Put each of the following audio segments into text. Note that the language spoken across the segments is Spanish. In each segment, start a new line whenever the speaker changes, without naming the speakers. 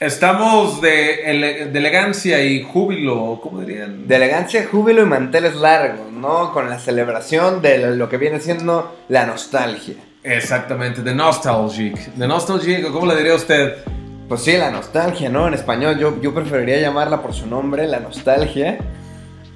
Estamos de, ele- de elegancia y júbilo, ¿cómo dirían?
De elegancia, júbilo y manteles largos, ¿no? Con la celebración de lo que viene siendo la nostalgia.
Exactamente, de nostalgic. De nostalgic, ¿cómo le diría usted?
Pues sí, la nostalgia, ¿no? En español yo, yo preferiría llamarla por su nombre, la nostalgia.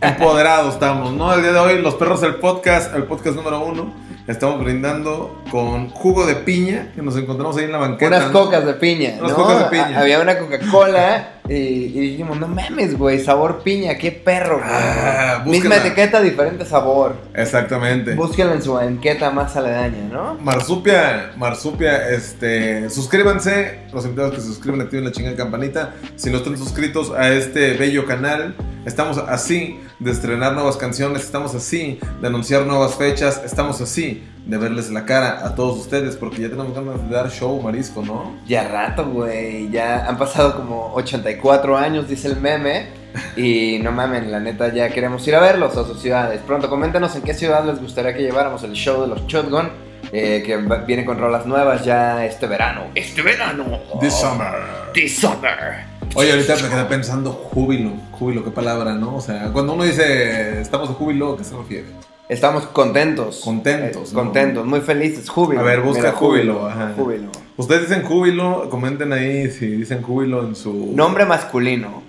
Empoderados estamos, ¿no? El día de hoy, Los Perros del Podcast, el podcast número uno. Estamos brindando con jugo de piña, que nos encontramos ahí en la banqueta.
Unas
¿no?
cocas de piña,
Unas
¿no?
cocas de piña.
Ha- Había una Coca-Cola y, y dijimos, no mames, güey, sabor piña, qué perro, güey.
Ah,
Misma
búsquenla.
etiqueta, diferente sabor.
Exactamente.
Búsquenla en su banqueta más aledaña, ¿no?
Marsupia, Marsupia, este, suscríbanse, los invitados que se suscriban, activen la chingada campanita. Si no están suscritos a este bello canal, estamos así de estrenar nuevas canciones, estamos así de anunciar nuevas fechas, estamos así de verles la cara a todos ustedes, porque ya tenemos ganas de dar show marisco, ¿no?
Ya rato, güey. Ya han pasado como 84 años, dice el meme. Y no mamen, la neta, ya queremos ir a verlos a sus ciudades. Pronto, coméntenos en qué ciudad les gustaría que lleváramos el show de los Shotgun. eh, que va- viene con rolas nuevas ya este verano. ¡Este verano!
This summer.
This summer.
Oye, ahorita me quedé pensando júbilo, júbilo, qué palabra, ¿no? O sea, cuando uno dice estamos de júbilo, ¿a ¿qué se refiere?
Estamos contentos.
Contentos,
Eh,
¿no?
contentos, muy felices. Júbilo.
A ver, busca
Mira,
júbilo, ajá.
Júbilo.
Ustedes dicen júbilo, comenten ahí si dicen júbilo en su
Nombre masculino.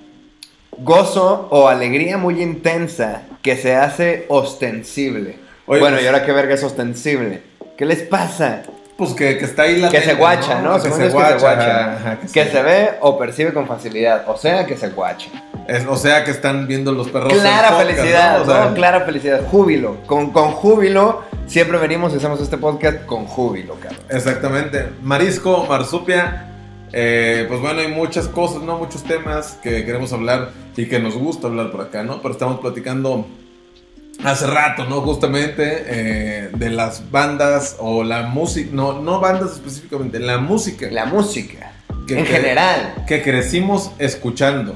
Gozo o alegría muy intensa que se hace ostensible.
Oye,
bueno,
pues-
y ahora qué verga es ostensible. ¿Qué les pasa?
Pues que, que está ahí la
Que se guacha, ¿no?
Que
Según
se
yo es que se
guacha.
guacha.
ajá,
Que se ve o percibe con facilidad. O sea, que se guacha.
Es- o sea que están viendo los perros. en
Clara
podcast,
felicidad,
¿no? O sea,
¿no? Clara felicidad. Júbilo. Con, con júbilo siempre venimos y hacemos este podcast con júbilo, cabrón.
Exactamente. Marisco, marsupia. eh, pues bueno, hay muchas cosas, ¿no? Muchos temas que queremos hablar y que nos gusta hablar por acá, ¿no? Pero estamos platicando hace rato, ¿no? Justamente eh, de las bandas o la música. No, no bandas específicamente, la música.
La música.
que-
en
que-
general.
que crecimos escuchando,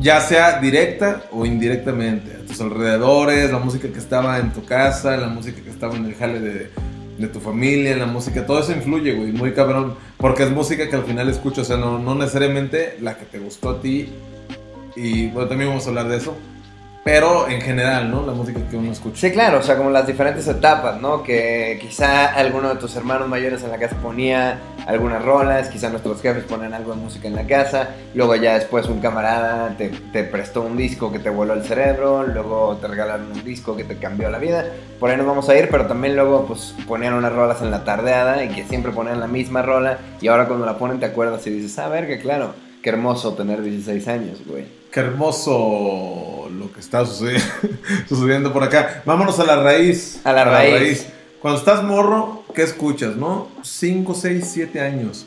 ya sea directa o indirectamente, a tus alrededores, la música que estaba en tu casa, la música que estaba en el jale de, de tu familia, la música, todo eso influye, güey, muy cabrón, porque es música que al final escucho, o sea, no, no necesariamente la que te gustó a ti, y bueno, también vamos a hablar de eso, pero en general, ¿no? La música que uno escucha.
Sí, claro, o sea, como las diferentes etapas, ¿no? Que quizá alguno de tus hermanos mayores en la casa ponía algunas rolas, quizá nuestros jefes ponen algo de música en la casa, luego ya después un camarada te, te prestó un disco que te voló el cerebro, luego te regalaron un disco que te cambió la vida, por ahí nos vamos a ir, pero también luego pues ponían unas rolas en la tardeada y que siempre ponían la misma rola y ahora cuando la ponen te acuerdas y dices, ah, verga, claro, qué hermoso tener 16 años, güey.
Qué hermoso lo que está sucedi- sucediendo por acá. Vámonos a la raíz.
A la raíz.
Cuando estás morro, ¿qué escuchas, no? 5, 6, 7 años.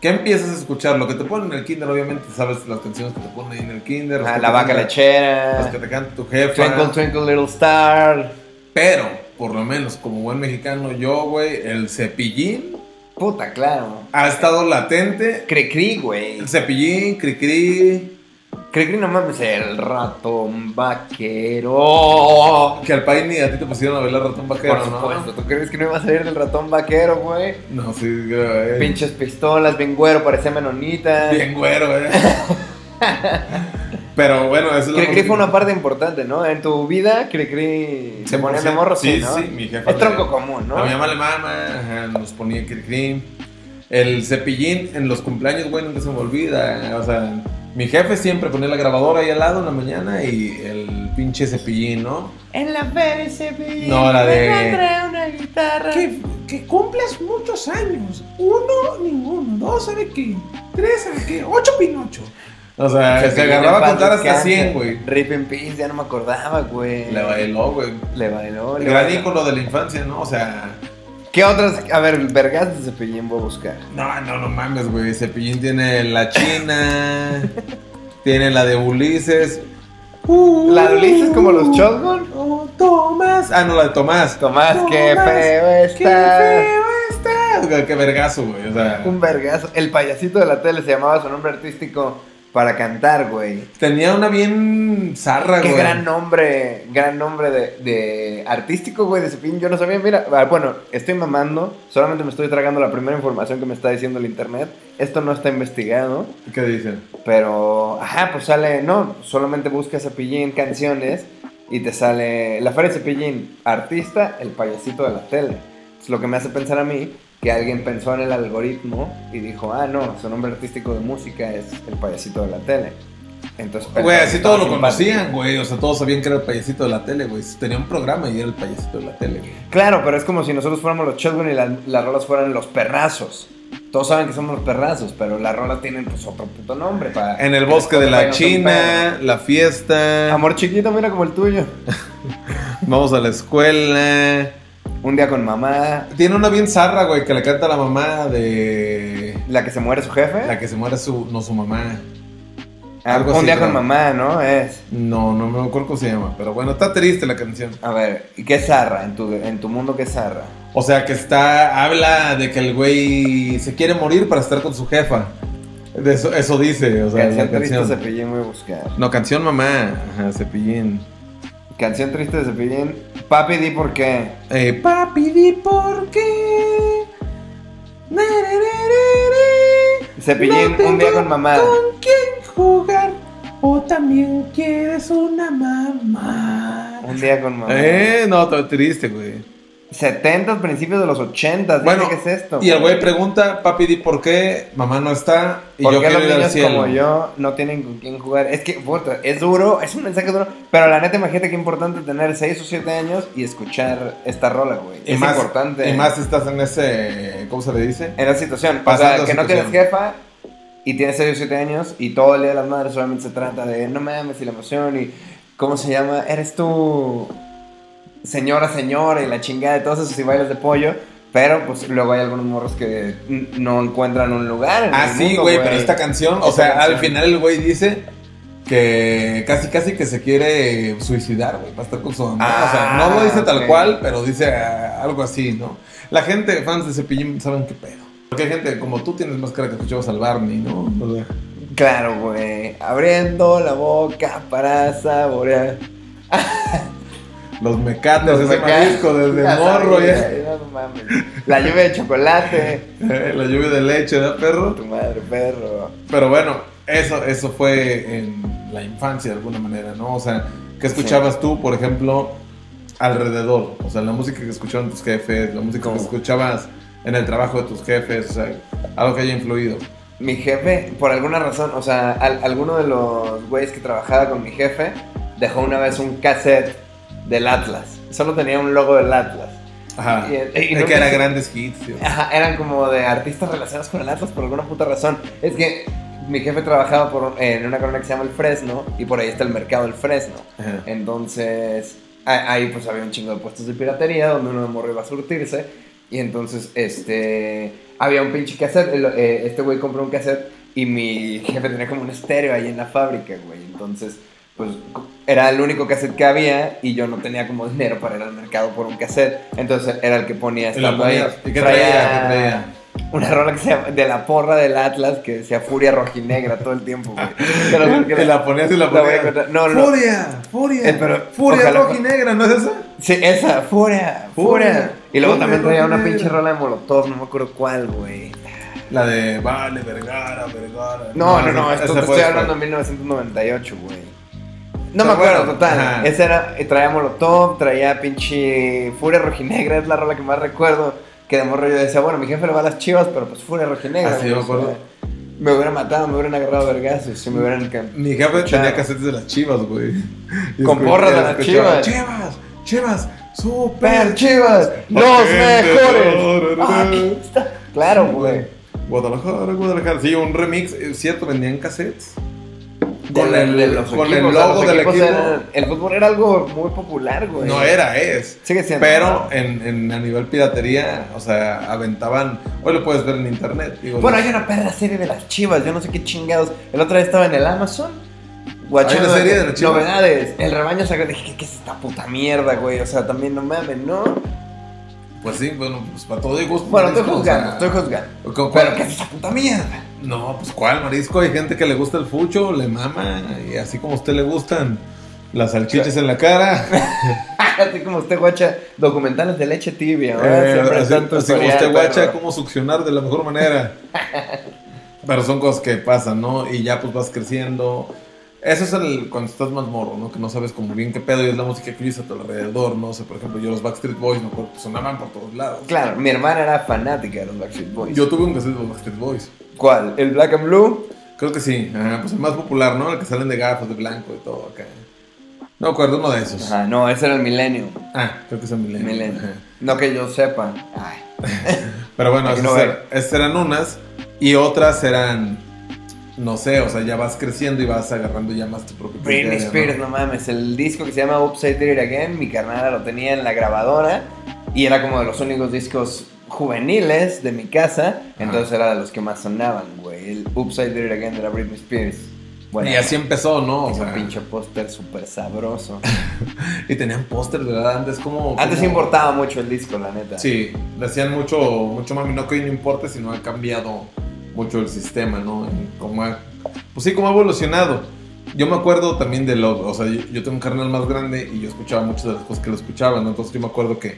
¿Qué empiezas a escuchar? Lo que te ponen en el kinder, obviamente, sabes las canciones que te ponen ahí en el kinder. las
Ah,
que
la
te
vaca
canta-
lechera.
Las que te canta tu jefa.
Twinkle, twinkle, little star.
Pero, por lo menos, como buen mexicano, yo, güey, el cepillín
Puta, claro.
ha estado latente.
Cricri, güey.
El cepillín, cri-cri,
Cricri, no mames, el ratón vaquero.
que al país ni a ti te pusieron a bailar ratón vaquero,
Por
¿no?
supuesto, ¿tú crees que no iba a salir del ratón vaquero, güey?
No, sí, eh, güey.
Pinches pistolas, bien güero, parecía menonita.
Bien güero, eh. Pero bueno, eso es la
Cricri
música.
fue una parte importante, ¿no? En tu vida, Cricri se ponía de morro, sí,
sí,
¿no?
sí, mi jefa.
Es tronco común,
A mi
¿no?
mamá le mama, ajá, nos ponía cri-cri. El cepillín en los cumpleaños, güey, nunca se me olvida. O sea, mi jefe siempre ponía la grabadora ahí al lado en la mañana y el pinche cepillín, ¿no?
En la feria se pide.
No, la de-
una guitarra.
Que, que cumplas muchos años. Uno, ninguno. Dos, ¿sabe qué? Tres, ¿sabe qué? Ocho, Pinocho.
O sea, se
Cepillín,
agarraba a
en paz
contar hasta
descanse.
100, güey.
Rip in peace, ya no me acordaba, güey.
Le bailó, güey.
Le bailó. le
Gran
bailó.
ícono de la infancia, ¿no? O sea,
¿Qué otras? A ver, vergas de Cepillín voy a buscar.
No, no, no mames, güey. Cepillín tiene la China, tiene la de Ulises.
¿La de Ulises como los Shotgun?
Oh, Tomás.
Ah, no, la de Tomás.
Tomás,
Tomás,
qué feo
Qué
está.
feo está.
Ah, Qué vergazo, güey. O sea,
Un vergazo. El payasito de la tele se llamaba su nombre artístico para cantar, güey.
Tenía una bien
Ah,
zarra,
Qué
güey.
gran nombre, gran nombre de, de artístico, güey, de Cepillín. Yo no sabía, mira, ah, bueno, estoy mamando, solamente me estoy tragando la primera información que me está diciendo el internet. Esto no está investigado,
¿Qué dicen?
pero, ajá, pues sale, no, solamente busca Cepillín canciones y te sale La Feria de Cepillín, artista, el payasito de la tele. Es lo que me hace pensar a mí que alguien pensó en el algoritmo y dijo, ah, no, su nombre artístico de música es el payasito de la tele. Entonces,
Güey,
pensaron
así
que
todos lo
estaba simpático.
conocían, güey. O sea, todos sabían que era el payasito de la tele, güey. Tenía un programa y era el payasito de la tele, güey.
Claro, pero es como si nosotros fuéramos los Children y la- las rolas fueran los perrazos. Todos saben que somos los perrazos, pero las rolas tienen pues otro puto nombre. para-
En el bosque de
para
la
no
China, la
tumbar.
fiesta,
Amor chiquito, mira como el tuyo.
vamos a la escuela.
Un día con mamá,
Tiene una bien zarra, güey, que le canta a la mamá de...
la que se muere su jefe.
La que se muere su... no su mamá.
Ah,
algo
un
así,
día
creo.
con mamá, ¿no? Es.
No, no me acuerdo cómo se llama, pero bueno, está triste la canción.
A ver, ¿y qué es zarra? En tu, en tu mundo, ¿qué es zarra?
O sea, que está, habla de que el güey se quiere morir para estar con su jefa. De eso, eso dice, o sea,
canción
la canción.
triste de Cepillín, voy a buscar.
No, canción mamá, ajá, cepillín.
Canción triste de Cepillín. Papi, di por qué.
Eh, papi, di por qué. Na, ra, ra, ra, ra.
Cepillín,
No
un día
tengo
con mamá.
con quién jugar.
O también quieres una mamá.
Un día con mamá.
Eh, no, está triste, güey.
70 principios de los 80
Bueno,
¿qué es esto?
Y el güey pregunta, papi, di por qué, mamá no está y
¿Por
yo
qué
quiero
los
ir al
niños
cielo.
como yo no tienen con quién jugar? Es que, puta, es duro, es un mensaje duro. Pero la neta, imagínate qué importante tener 6 o 7 años y escuchar esta rola, güey.
Y
Es
más-
importante.
Y más si estás en ese, ¿cómo se le dice?
En esa situación. O sea,
Pasando
que no tienes
situación.
jefa y tienes 6 o 7 años y todo el día de las madres solamente se trata de no mames y la emoción y cómo se llama, eres tú señora, señora y la chingada de todos esos y bailes de pollo. Pero pues luego hay algunos morros que n- no encuentran un lugar. en
Ah,
el
sí,
mundo,
güey, pero esta canción, o
Esta
sea, al
canción.
final el güey dice que casi casi que se quiere suicidar, güey, para estar con su mamá. o sea, no lo
Ah,
dice
ok.
tal cual, pero dice ah, algo así, ¿no? La gente, fans de Cepillín, saben qué pedo. Porque hay gente como tú tienes más cara que escuchabas al Barney, ¿no? O sea,
Claro, güey. Abriendo la boca para saborear.
los mecates,
Los
ese
mecates.
marisco desde
Ya
morro,
sabía,
ya.
no mames. La lluvia de chocolate.
La lluvia de leche, ¿verdad, perro?
Tu madre, perro.
Pero bueno, eso, eso fue en la infancia de alguna manera, ¿no? O sea, ¿qué escuchabas tú, por ejemplo, alrededor? O sea, la música que escuchaban tus jefes, la música
¿Cómo?
que escuchabas en el trabajo de tus jefes, o sea, algo que haya influido.
Mi jefe, por alguna razón, o sea, al- alguno de los güeyes que trabajaba con mi jefe dejó una vez un cassette del Atlas. Solo tenía un logo del Atlas.
Ajá.
Y- y- y
Es
no
que eran
pensé-
grandes hits, tío.
Ajá, eran como de artistas relacionados con el Atlas por alguna puta razón. Es que mi jefe trabajaba por, en una colonia que se llama El Fresno y por ahí está el mercado del Fresno.
Ajá.
Entonces, a- ahí pues había un chingo de puestos de piratería donde uno de morro iba a surtirse. Y entonces, este, había un pinche cassette. el- eh, este güey compró un cassette y mi jefe tenía como un estéreo ahí en la fábrica, güey. Entonces, pues co- era el único cassette que había y yo no tenía como dinero para ir al mercado por un cassette. Entonces era el que ponía
Y la
estando ahí.
ponías. ¿Y qué traía? ¿Qué traía?
Una rola que se llama de la porra del Atlas que decía Furia Rojinegra todo el tiempo, güey. Te lo juro que
Y
la-
la ponías y la
la voy a
ponías.
encontrar. No, no.
Furia, furia.
Eh, pero
furia
ojalá-
roja y negra, ¿no es esa?
Sí, esa, fuera,
Furia.
fuera. Y luego
Furia,
también traía una
furia.
pinche rola de Molotov, no me acuerdo cuál, güey.
La de Vale, Vergara, Vergara.
No, no, no,
esa-
esto
esa
te
fue
estoy hablando de
después.
1998, güey. No me
Pero
acuerdo,
bueno,
total.
ajá.
Esa era, eh, traía Molotov, traía pinche Furia Rojinegra, es la rola que más recuerdo. Que de morro yo decía, bueno, mi jefe le va a las chivas, pero pues Furia Rojinegra.
Ah, sí, yo me
pues,
acuerdo.
eh, Me hubieran matado, me hubieran agarrado a vergazos, si me hubieran... can-
Mi jefe
Escuchaba.
tenía casetes de las chivas, güey. Y
Con
escu-
porras de las
escuchaba,
Chivas.
Chivas, chivas,
¡Super
super
chivas! ¡Los
Patente,
mejores!
ra, ra, ra.
Ahí está. Claro, güey.
Guadalajara, Guadalajara. Sí, un remix. Es cierto, vendían cassettes.
De
Con
la-
el-
de los
con el
equipos, o sea,
logo
los
del
equipos
equipo.
eran- el fútbol era algo muy popular, güey.
No era, es.
Sigue siendo.
Pero en, en- a nivel piratería, o sea, aventaban. Hoy lo puedes ver en internet. Digo,
Bueno,
no.
hay una perra serie de las chivas, yo no sé qué chingados. El otro día estaba en el Amazon. guachando
Hay una serie de las chivas.
Novedades. El rebaño sagrado. Dije, ¿qué, qué es esta puta mierda, güey? O sea, también no mames, ¿no?
Pues sí, bueno, pues para todo hay gusto.
Bueno, estoy
O sea,
juzgando, estoy juzgando.
con-
Pero ¿qué es esta puta mierda?
No, pues cuál marisco. Hay gente que le gusta el fucho, le mama, y así como a usted le gustan las salchichas en la cara.
Así como usted guacha documentales de leche tibia, ¿verdad?
eh,
Siempre
así
tanto
así como
tutorial,
usted guacha,
perro.
cómo succionar de la mejor manera. Pero son cosas que pasan, ¿no? Y ya pues vas creciendo. Eso es el, cuando estás más morro, ¿no? Que no sabes como bien qué pedo y es la música que oyes a tu alrededor, no sé. Por ejemplo, yo los Backstreet Boys, me acuerdo, pues, sonaban por todos lados.
Claro, mi hermana era fanática de los Backstreet Boys.
Yo tuve un cassette de los Backstreet Boys.
¿Cuál? ¿El Black and Blue?
Creo que sí, ajá, pues el más popular, ¿no? El que salen de gafas, de blanco y todo acá. No, acuerdo uno de esos.
Ajá, Ah, no, ese era el Millennium.
Ah, creo que es el Milenio.
Milenio.
Ajá.
No que yo sepa. Ay,
Pero bueno,
Aquí
esas,
no
er- esas eran unas y otras eran, no sé, o sea, ya vas creciendo y vas agarrando ya más tu propio
Britney
criterio,
Spears,
¿no?
no mames. El disco que se llama Upside Down Again, mi carnada lo tenía en la grabadora y era como de los únicos discos juveniles de mi casa. Entonces era de los que más sonaban, güey. El Upside Down Again de la Britney Spears.
y así empezó, ¿no? O
ese
sea,
pinche póster súper sabroso.
y tenían póster, ¿verdad? Antes como...
Antes
como-
importaba mucho el disco, la neta.
Sí, le hacían mucho, mucho mami, no que hoy no importa, sino ha cambiado mucho el sistema, ¿no? Y cómo ha- pues sí, cómo ha evolucionado. Yo me acuerdo también de los, o sea, yo, yo tengo un carnal más grande y yo escuchaba muchas de las cosas que lo escuchaban, ¿no? Entonces yo me acuerdo que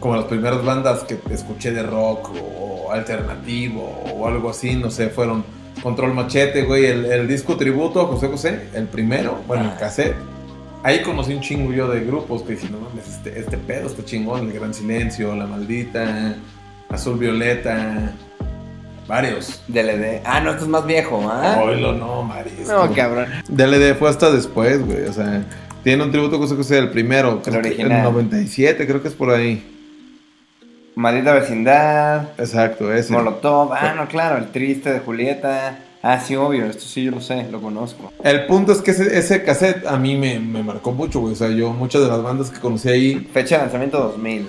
como las primeras bandas que escuché de rock o, alternativo o algo así, no sé, fueron Control Machete, güey, el, el disco tributo a José José, el primero, bueno,
Ah.
el cassette. Ahí conocí un chingo yo de grupos que dije, no mames, este, este pedo está chingón, El Gran Silencio, La Maldita, Azul Violeta, varios.
DLD. Ah, no, esto es más viejo, ¿ah?
Oilo, no, Maris.
No, cabrón.
DLD E fue hasta después, güey, o sea, tiene un tributo a José José, el primero, creo que en
original.
97, creo que es por ahí.
Maldita vecindad.
Exacto, ese.
Molotov. Ah, no, claro. El triste de Julieta. Ah, sí, obvio. Esto sí yo lo sé, lo conozco.
El punto es que ese, ese cassette a mí me, me marcó mucho, güey. O sea, yo muchas de las bandas que conocí ahí.
Fecha de lanzamiento 2000.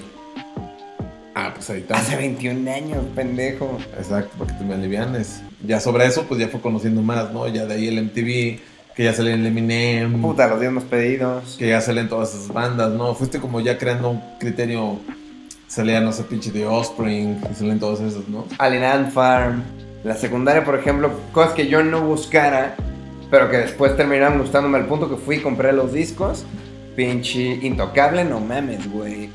Ah, pues ahí está.
Hace 21 años, pendejo.
Exacto, para que te me alivianes. Ya sobre eso, pues ya fue conociendo más, ¿no? Ya de ahí el MTV, que ya sale el Eminem,
Puta, los diez más pedidos.
que ya salen todas esas bandas, ¿no? Fuiste como ya creando un criterio. Salía, no sé, pinche de Offspring, y salen todas esas, ¿no?
Alien Ant Farm. La secundaria, por ejemplo, cosas que yo no buscara, pero que después terminaron gustándome al punto que fui y compré los discos. Pinche intocable, no mames, güey.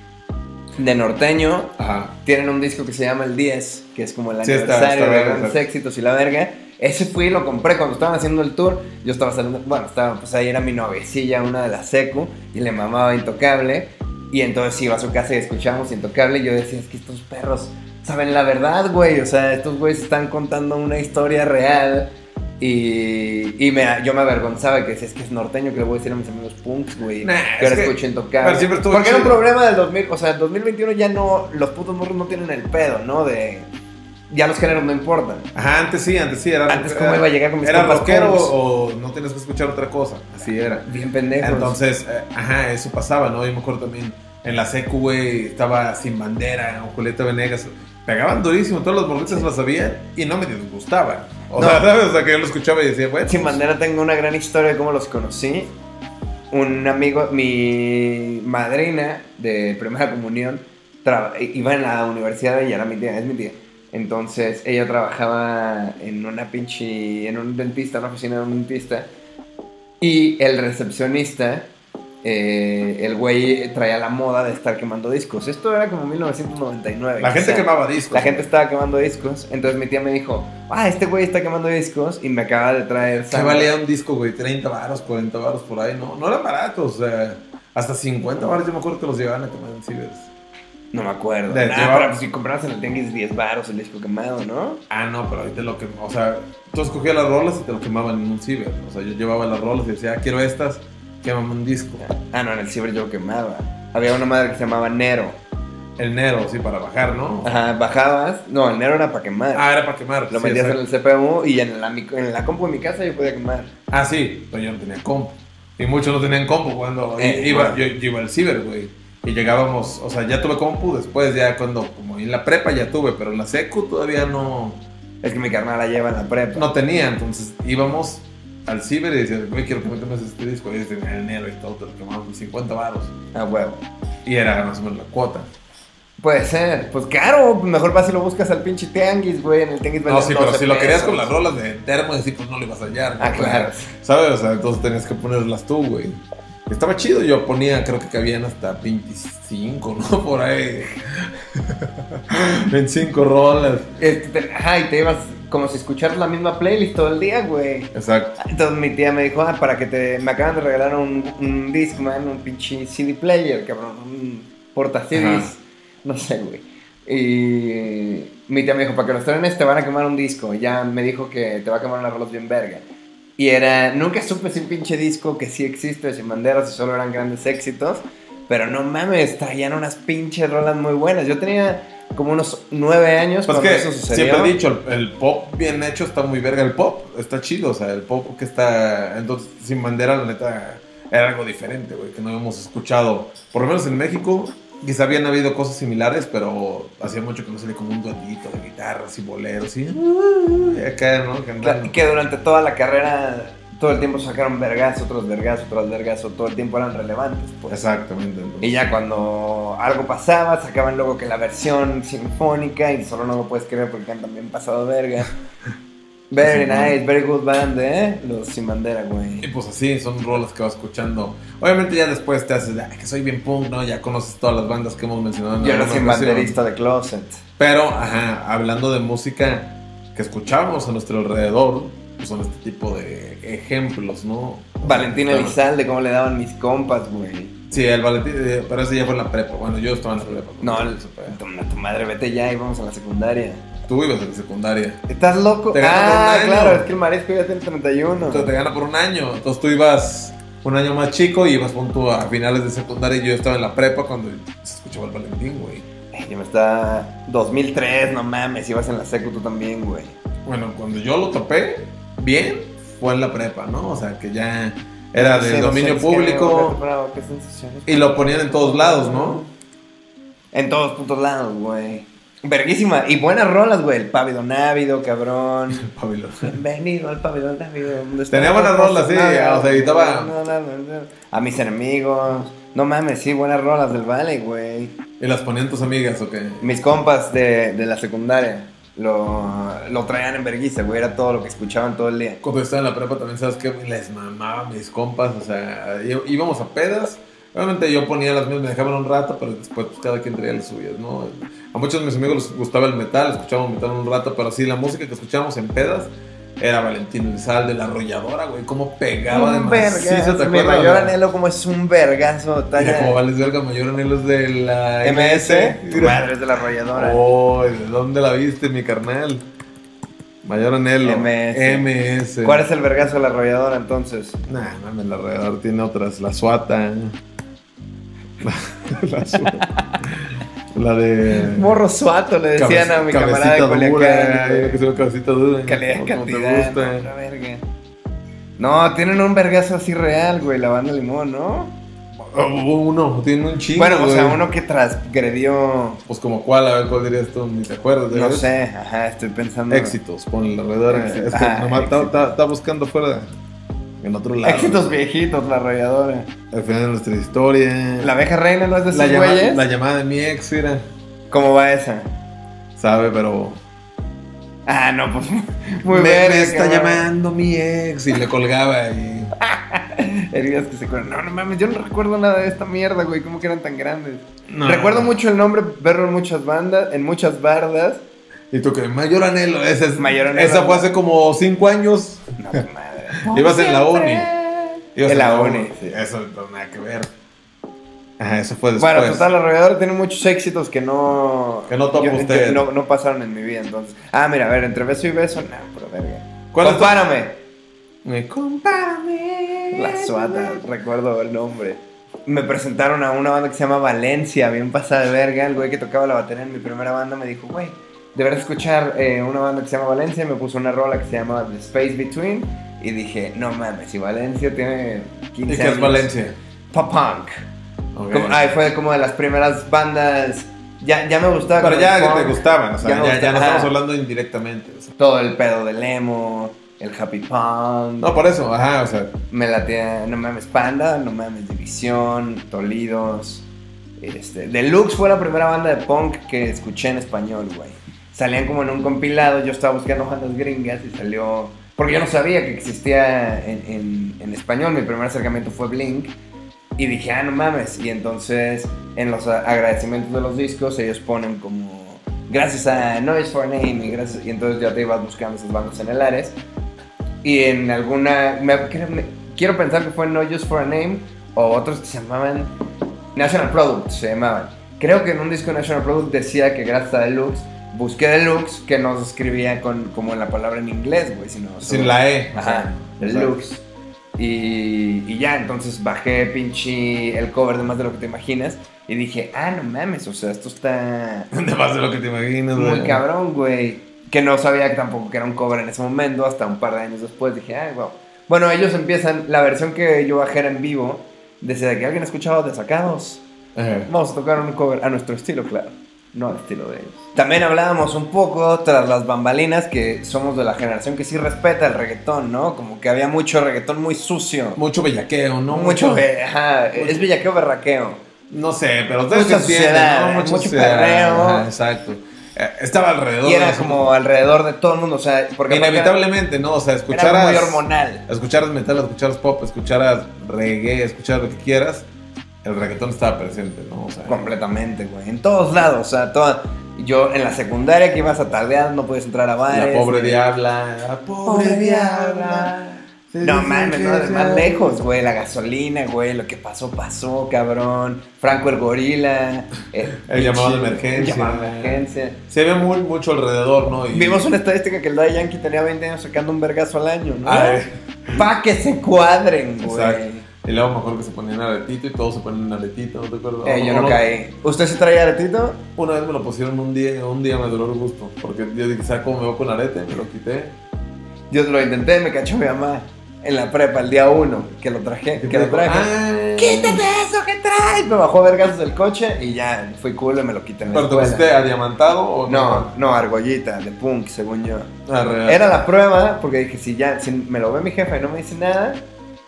De norteño,
Ajá.
tienen un disco que se llama El 10, que es como el
Sí, está- está
aniversario de
verga,
grandes
está-
éxitos y la verga. Ese fui y lo compré cuando estaban haciendo el tour. Yo estaba saliendo, bueno, estaba, pues ahí era mi novecilla, una de la secu, y le mamaba Intocable. Y entonces iba a su casa y escuchábamos Intocable. Y yo decía, es que estos perros saben la verdad, güey. O sea, estos güeyes están contando una historia real. Y, y me- yo me avergonzaba que decía, es que es norteño que le voy a decir a mis amigos punks, güey.
Nah,
que
es
ahora
que-
escucho Intocable.
pero siempre estuvo
Porque era un
chido.
problema del 2000, o sea, el 2021 ya no, los putos morros no tienen el pedo, ¿no? De, ya los géneros no importan.
Ajá, antes sí, antes sí. Era,
Antes cómo iba a llegar con mis
Era
compas
rockero
punks?
o no tienes que escuchar otra cosa. Así era.
Bien pendejos.
Entonces, eh, ajá, eso pasaba, ¿no? Yo me acuerdo también en la secu, güey, estaba sin bandera o Julieta Venegas. Pegaban durísimo, todos los morritos lo sabían y no me disgustaban. O
No.
sea, ¿sabes? O sea, que yo lo escuchaba y decía, bueno.
Sin
pues,
bandera tengo una gran historia de cómo los conocí. Un amigo, mi madrina de primera comunión, traba- iba en la universidad y era mi tía, es mi tía. Entonces ella trabajaba en una pinche, en un dentista, una oficina de un dentista. Y el recepcionista, eh, el güey traía la moda de estar quemando discos. Esto era como 1999.
La gente
quizá.
quemaba discos.
La gente
güey.
estaba quemando discos, entonces mi tía me dijo, ah, este güey está quemando discos y me acaba de traer
Se
Sandra".
valía un disco, güey, 30 baros, 40 baros por ahí, ¿no? No eran baratos, o sea, hasta 50 baros yo me acuerdo que los llevaban a tomar en cibers.
No me acuerdo.
De-
Nah,
llevaba-
pero pues si comprabas en el tianguis 10 baros el disco quemado, ¿no?
Ah, no, pero ahorita lo que, o sea, tú escogías las rolas y te lo quemaban en un ciber. O sea, yo llevaba las rolas y decía, ah, quiero estas, quemame un disco.
Ah, no, en el ciber yo lo quemaba. Había una madre que se llamaba Nero.
El Nero, sí, para bajar, ¿no?
Ajá, bajabas. No, el Nero era para quemar.
Ah, era para quemar.
lo
sí,
metías en
exacto.
el CPU y en la, mi- en la compu de mi casa yo podía quemar.
Ah, sí, pero yo no tenía compu. Y muchos no tenían compu cuando
Eh,
iba,
bueno.
yo, yo iba al ciber, güey. Y llegábamos, o sea, ya tuve compu después, ya cuando, como en la prepa ya tuve, pero en la secu todavía no,
Es que mi carnal la lleva en la prepa.
no tenía. Entonces íbamos al ciber y decían, güey, quiero que me tomes este disco. Y en enero y todo, te lo quemaban 50 baros.
A huevo.
Y era más o menos la cuota.
Puede ser. Pues claro, mejor vas y lo buscas al pinche tianguis, güey. En el tianguis
No,
venden
sí, pero
12
si lo querías
pesos.
con las rolas de termo y así, pues no lo ibas a hallar.
Ah,
güey.
claro.
¿Sabes? O sea, entonces tenías que ponerlas tú, güey. Estaba chido, yo ponía, creo que cabían hasta 25, ¿no? Por ahí. 25 rolas.
Este, te- ajá, y te ibas como si escucharas la misma playlist todo el día, güey.
Exacto.
Entonces mi tía me dijo, ah, para que te... Me acaban de regalar un, un Discman, un pinche CD player, cabrón. Un porta
Ajá.
CDs. No sé, güey. Y mi tía me dijo, para que los trenes te van a quemar un disco. Y Ya me dijo que te va a quemar una rolas bien verga. Y era... Nunca supe si un pinche disco que sí existe, sin banderas, y solo eran grandes éxitos. Pero no mames, traían unas pinches rolas muy buenas. Yo tenía como unos nueve años
Pues
cuando
que
eso sucedió.
siempre he dicho, el, el pop bien hecho está muy verga. El pop está chido, o sea, el pop que está. Entonces, sin bandera, la neta, era algo diferente, güey, que no habíamos escuchado. Por lo menos en México, quizá habían habido cosas similares, pero hacía mucho que no salía como un duendito de guitarras y boleros y. "Uy", Acá, ¿no?
Claro,
Cantando.
y que durante toda la carrera todo el tiempo sacaron vergazo, otros vergazo, otros vergazo, todo el tiempo eran relevantes, pues.
Exactamente. entonces.
Y ya cuando algo pasaba, sacaban luego que la versión sinfónica y solo no lo puedes creer porque han también pasado verga. Very
Sí,
nice, very good band, ¿eh? Los sin bandera,
Y
güey.
pues así, son rolas que vas escuchando. Obviamente ya después te haces, "Ah, que soy bien punk, ¿no? Ya conoces todas las bandas que hemos mencionado. en
Yo era
alguna
sin
ocasión.
banderista de closet.
Pero, ajá, hablando de música que escuchamos a nuestro alrededor, pues son este tipo de ejemplos, ¿no?
Valentina
Claro.
Elizalde, ¿cómo le daban mis compas, güey?
Sí, el Valentín, eh, pero ese ya fue en la prepa. Bueno, yo estaba en la prepa.
No, el-
Eso fue.
tu, tu madre, vete ya y vamos a la secundaria.
tú ibas en la secundaria.
¿Estás loco?
Te ganaron
ah,
un año.
claro, es que el marisco ya tiene 31.
Entonces te gana por un año. Entonces tú ibas un año más chico y ibas punto a finales de secundaria y yo estaba en la prepa cuando se escuchaba el Valentín, güey.
Ay, Yo me estaba. 2003, no mames, ibas en la secu tú también, güey.
Bueno, cuando yo lo topé, bien, fue en la prepa, ¿no? O sea, que ya era
No
de
sé, no sé,
dominio
es que me
público
volví bravo, qué sensaciones.
y lo ponían en todos lados, ¿no?
En todos putos lados, güey. Verguísima. Y buenas rolas, güey. El pávido návido, cabrón.
Pablo.
Bienvenido al pávido návido. donde
Tenía
está-
buenas rolas, sí,
Nada,
o sea, editaba-
no, no, no, no. A mis enemigos. No mames, sí, buenas rolas del Vale, güey.
¿Y las ponían tus amigas o qué?
Mis compas de, de la secundaria lo, lo traían en verguisa, güey. Era todo lo que escuchaban todo el día.
Cuando estaba en la prepa también, ¿sabes qué? Les mamaba mis compas, o sea, í- íbamos a pedas. Obviamente yo ponía las mías, me dejaban un rato, pero después pues, cada quien traía las suyas, ¿no? A muchos de mis amigos les gustaba el metal, escuchábamos metal un rato, pero sí, la música que escuchábamos en pedas era Valentín Elizalde, la arrolladora, güey, cómo pegaba de
Un vergazo. Mi mayor anhelo como es un vergazo.
Mira,
Talla
como vales verga, mayor anhelo es de la
MS. Tu madre es de la arrolladora.
Oh, ¿de dónde la viste, mi carnal? Mayor anhelo.
MS.
MS.
¿Cuál es el vergazo de la arrolladora entonces?
Nah, mames, la alrededor tiene otras. La suata. La, la suata. La de.
Morro suato, le decían
Cabe-
a mi camarada de
Cabecita dura, yo que
Culiacán. güey.
soy un cabecita dura.
Calidad,
como
cantidad.
Te
no, otra
gusta.
verga. No, tienen un vergazo así real, güey, la banda limón, ¿no?
Oh, uno, tiene un chingo.
bueno, o sea,
güey.
uno que transgredió,
Pues como cuál, a ver cuál dirías tú, ni te acuerdas.
no
¿verdad?
sé, ajá, estoy pensando.
Éxitos, ponle la alrededor.
Éxito.
Es que
Ah,
nomás está-
éxito.
está está buscando fuera. En otro lado.
Éxitos viejitos, la arrolladora.
Al final de nuestra historia.
La abeja reina no es de
La
esos
llama-
güeyes.
la llamada de mi ex, mira.
¿Cómo va esa?
Sabe, pero.
Ah, no, pues muy
me,
bien.
me está llamando mi ex. Y le colgaba y.
Heridas que se curan. No, no mames, yo no recuerdo nada de esta mierda, güey. ¿Cómo que eran tan grandes?
No.
Recuerdo mucho el nombre, verlo en muchas bandas, en muchas bardas.
Y tú que mayor anhelo. Esa, es,
Mayor anhelo.
esa fue hace como cinco años.
No, tu madre.
Ibas en la uni. Ibas
En la uni.
Sí, eso no nada que ver. Ajá, eso fue después.
Bueno, total, alrededor tiene muchos éxitos que no.
Que no topa
yo-
usted.
que No, no pasaron en mi vida, entonces. Ah, mira, a ver, entre beso y beso, no, pero verga.
¿Cuál es tu-
Compárame.
Me compárame.
La suata, recuerdo el nombre. Me presentaron a una banda que se llama Valencia, bien pasada de verga. El güey que tocaba la batería en mi primera banda me dijo, güey, deberás escuchar eh, una banda que se llama Valencia. Y me puso una rola que se llama The Space Between. Y dije, no mames, si Valencia tiene 15
¿Y qué
años.
es Valencia?
Pop punk.
Ok.
Como- ay, fue como de las primeras bandas. Ya, ya me gustaba.
Pero
como
ya
el
que te
punk,
gustaban, o sea,
Ya
ya,
me
ya,
gustaba.
no
Ajá.
estamos hablando indirectamente. o sea.
Todo el pedo del emo, el happy punk.
No, por eso, ajá, o sea,
Me latea, no mames, Panda, no mames, División, Tolidos. Este, Deluxe fue la primera banda de punk que escuché en español, güey. Salían como en un compilado, yo estaba buscando bandas gringas y salió... Porque yo no sabía que existía en, en- en español, mi primer acercamiento fue Blink. Y dije, ah, no mames. Y entonces, en los a- agradecimientos de los discos, ellos ponen como, gracias a Noise for a Name, y, gracias, y entonces ya te ibas buscando esos bandas en el Ares. Y en alguna, me- creo- me- quiero pensar que fue No Use for a Name, o otros que se llamaban National Product, se llamaban. Creo que en un disco de National Product decía que gracias a Deluxe, busqué Deluxe, que no se escribía con, como en la palabra en inglés, güey, sino...
Sin la E. o
Ajá,
sea,
el Lux. Y, y ya, entonces bajé pinche el cover de más de lo que te imaginas. Y dije, ah, no mames, o sea, esto está
De más de lo que te imaginas,
muy
güey.
cabrón, güey. Que no sabía tampoco que era un cover en ese momento, hasta un par de años después dije, ah, wow. Bueno, ellos empiezan, la versión que yo bajé era en vivo, desde que alguien ha escuchado Desacados.
Ajá.
Vamos a tocar un cover a nuestro estilo, claro. No al estilo de ellos. También hablábamos un poco tras las bambalinas que somos de la generación que sí respeta el reggaetón, ¿no? Como que había mucho reggaetón muy sucio.
Mucho bellaqueo, ¿no?
mucho, eh, ajá, es bellaqueo berraqueo.
No sé, pero ustedes
Mucha
entienden,
suciedad,
¿no?
mucho
suciedad,
perreo.
ajá, exacto. Eh, Estaba alrededor.
Y era
de-
como alrededor de todo el mundo, o sea, porque aparte
Inevitablemente, ¿no? O sea,
era, era
escucharas.
muy hormonal.
Escucharas metal, escucharas pop, escucharas reggae, escucharas lo que quieras. El reggaetón estaba presente, ¿no? O sea,
Completamente, güey. En todos lados, o sea, toda... Yo en la secundaria que ibas a tardear no podías entrar a
la
bares.
pobre
ni-
diabla. La pobre diabla. se
No
dice
mames,
que
no, de más
sea-
lejos, güey. La gasolina, güey. Lo que pasó, pasó, cabrón. Franco el gorila. El,
El llamado de emergencia.
llamado de emergencia.
Se ve muy, mucho alrededor, ¿no? Y-
Vimos una estadística que el Daddy Yankee tenía 20 años sacando un vergazo al año, ¿no?
Ah, eh.
Pa' que se cuadren, güey.
Exacto. Y luego mejor que se ponían aretito y todos se ponen aretito, ¿no te acuerdas?
Eh, yo no
Uno-
caí. ¿Usted sí traía aretito?
Una vez me lo pusieron un día, un día me duró el gusto, porque yo dije, ¿sabes cómo me voy con arete? Me lo quité.
Yo lo intenté, me cachó mi mamá. En la prepa, el día uno, que lo traje, que lo traje.
Ah,
¡Quítate eso que traes! Me bajó a vergazos del coche y ya, fui culo y me lo quité en la
¿Pero te
escuela.
pusiste adiamantado o
No, no, argollita, de punk, según yo.
Ah, real.
Era la prueba, porque dije, si ya, si me lo ve mi jefa y no me dice nada,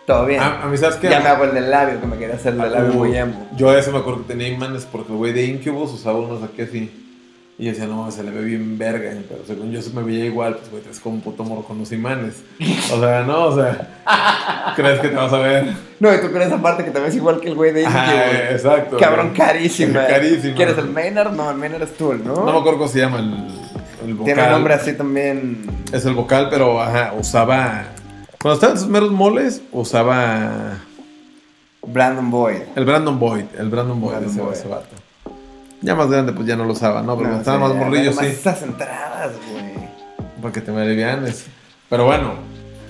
todo bien.
A, a mí, ¿sabes qué?
ya me hago el del labio, que me quería hacer el del labio
Ah, Uh,
muy emo.
Yo de ese me acuerdo que tenía imanes porque el güey de Incubus usaba unos aquí así. Y yo decía, no, se le ve bien verga, eh, pero según yo se me veía igual, pues güey, es como un puto morro con los imanes. O sea, no, o sea, ¿crees que te vas a ver?
No, y tú con esa parte que te ves igual que el güey de Inky,
Ajá,
güey.
exacto.
Cabrón,
Ah, güey.
carísima.
Carísima.
¿Quieres el Maynard? No, el Maynard es tú, ¿no?
No me acuerdo cómo se llama el, el vocal.
Tiene nombre así también.
Es el vocal, pero ajá, usaba. Cuando estaba en sus meros moles, usaba.
Brandon Boyd.
El Brandon Boyd. El Brandon Boyd,
Brandon
ese,
Boyd.
ese vato. Ya más grande, pues ya no lo usaba, ¿no? Pero
No,
cuando estaba
sí,
más
ya,
morrillo,
nada más
sí.
Esas entradas, güey.
Para que te me alivianes. Pero bueno,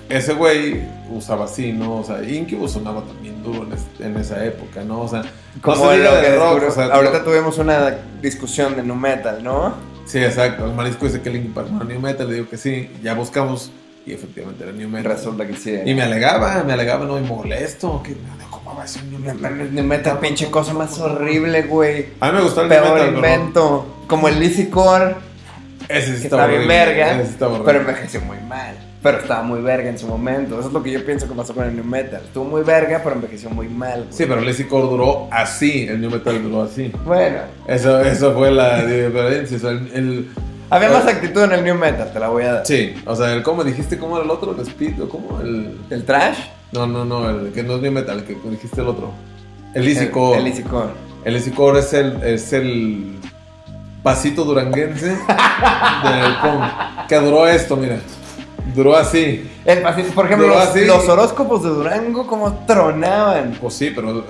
ese güey usaba así, ¿no? O sea, Incubus sonaba también duro en, es- en esa época, ¿no? O sea, no
Como
se diga
lo que
de rock,
descubrió-
o sea,
Ahorita tuvimos una discusión de nu metal, ¿no?
Sí, exacto. El marisco dice que Linkin Park no era New Metal, le digo que sí. Ya buscamos y efectivamente era New Metal.
Resulta que sí.
Y me alegaba, me alegaba, no, y molesto. Que, ¿Cómo va a ser New
No
Metal?
mames, New metal, pinche cosa más horrible, güey.
A mí me gustó el New
Peor
Metal, pero
invento. Como el Lizzy Core,
ese sí
que
estaba
estaba bien
horrible.
verga,
Ese estaba
pero
horrible.
envejeció muy mal. Pero estaba muy verga en su momento. Eso es lo que yo pienso que pasó con el New Metal. Estuvo muy verga, pero envejeció muy mal. güey.
Sí, pero Lazy Core duró así, el New Metal duró así.
Bueno,
Eso, eso fue la diferencia. o sea, el, el-
había
Eh.
más actitud en el New Metal, te la voy a dar.
sí, o sea, el, ¿cómo dijiste cómo era el otro? El Speed, o ¿cómo? El,
¿El trash?
no, no, no, el que no es New Metal, el que dijiste el otro. El Lazy
El-
Core.
El Lizzy Core.
El Easy Core es el, es el pasito duranguense del punk. Que duró esto, mira. Duró así.
El paci- por ejemplo,
Pero
los,
así-
los horóscopos de Durango como tronaban.
Pues sí, pero eh,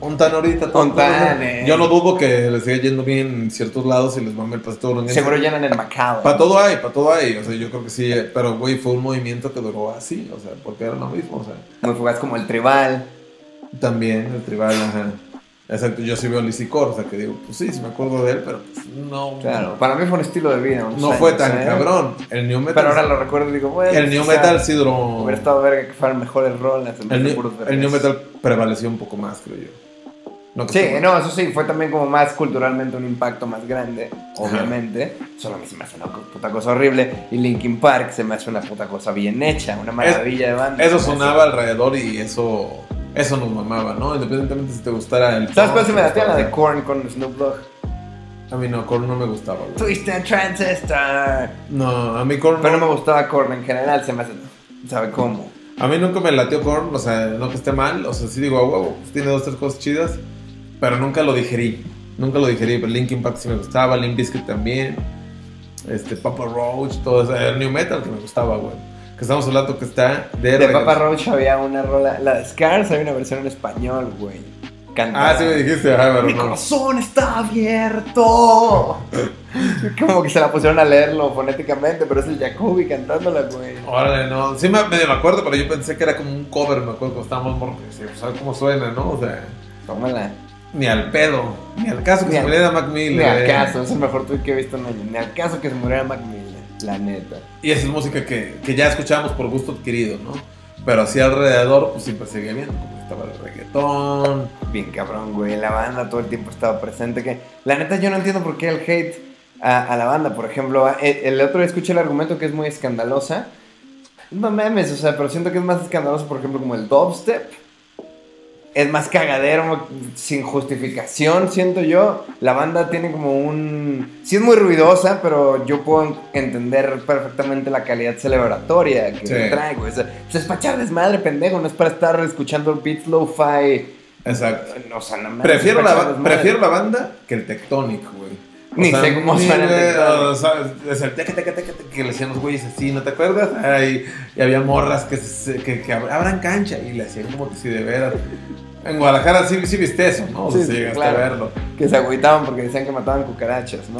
ontan ahorita.
Ontan,
todo.
eh.
Yo no dudo que les siga yendo bien en ciertos lados y les mame el pasito duranguense.
Seguro llenan el Macao.
Para todo hay, para todo hay. O sea, yo creo que sí. eh, Pero, güey, fue un movimiento que duró así. O sea, porque era lo mismo. O sea,
Muy fugaz como el tribal.
también el tribal, ajá. Exacto, yo sí veo el Easy Core. O sea, que digo, pues sí, sí me acuerdo de él, pero pues, no.
Claro, para mí fue un estilo de vida. unos
No fue
años,
tan
¿eh?
cabrón. El New Metal.
Pero ahora lo recuerdo y digo, bueno.
El New
o sea,
Metal sí duró.
Hubiera estado verga que fueran mejores rolas en vez
El,
de
new,
puros
el
vergas.
new Metal prevaleció un poco más, creo yo. No que
Sí,
sea-
no, eso sí, fue también como más culturalmente un impacto más grande, obviamente. Solo a mí se me hace una co- puta cosa horrible. Y Linkin Park se me hace una puta cosa bien hecha, una maravilla de banda.
Eso
Se me hace-
sonaba alrededor y eso Eso nos mamaba, ¿no? Independientemente si te gustara el.
¿Sabes cuál se
punk,
me
te
latía? La de
gustara-
Korn con Snoop Dogg.
A mí no, Korn no me gustaba, güey.
Twisted Transistor.
No, a mí Korn.
Pero no
no-
me gustaba Korn en general, se me hace. ¿Sabe cómo?
A mí nunca me latió Korn, o sea, no que esté mal, o sea, sí digo, a huevo, pues, tiene dos, tres cosas chidas, pero nunca lo digerí, nunca lo digerí, pero Linkin Park sí me gustaba, Limp Bizkit también, este, Papa Roach, todo eso, el New Metal que me gustaba, güey, que estamos hablando que está de...
De
regga-
Papa Roach había una rola. La de Scars había una versión en español, güey. Cantada.
Ah, sí me dijiste, ah, pero
Mi
no.
corazón está abierto. Como que se la pusieron a leerlo fonéticamente, pero es el Jacobi cantándola, güey.
Órale, no, sí me, medio me acuerdo, pero yo pensé que era como un cover, me acuerdo cuando estábamos morros, que decía, pues, ¿sabes cómo suena, no? O sea,
Tómala.
ni al pedo, ni al caso que
Ni
se
al-
muriera Mac Miller.
Ni al
eh.
caso, es el mejor tweet que he visto en años. Ni al caso que se muriera Mac Miller, la neta.
Y esa es música que, que ya escuchábamos por gusto adquirido, ¿no? Pero así alrededor, pues siempre seguía viendo. Como estaba el reggaetón.
Bien cabrón, güey. La banda todo el tiempo estaba presente. Que la neta yo no entiendo por qué el hate a, a la banda. Por ejemplo, a- el, el otro día escuché el argumento que es muy escandalosa. No memes, o sea, pero siento que es más escandaloso, por ejemplo, como el dubstep. Es más cagadero, sin justificación, siento yo. La banda tiene como un... Sí es muy ruidosa, pero yo puedo entender perfectamente la calidad celebratoria que
Sí.
trae, güey. O sea, pues es para echar desmadre, pendejo. No es para estar escuchando beats lo-fi
Exacto.
o sea, no me
Prefiero la, ba-
desmadre.
prefiero la banda que el Tectonic, güey. O
Ni sé cómo
ni,
suena el
güey,
Tectonic.
o sea, es el teca, teca, teca, teca, que le hacían los güeyes así, ¿no te acuerdas? Ay, y había morras que, se- que, que ab- abran cancha y le hacían como que si de veras. En Guadalajara sí, sí viste eso, ¿no? O sea,
Sí,
sí
sí,
llegaste
claro.
a verlo.
Que se agüitaban porque decían que mataban cucarachas, ¿no?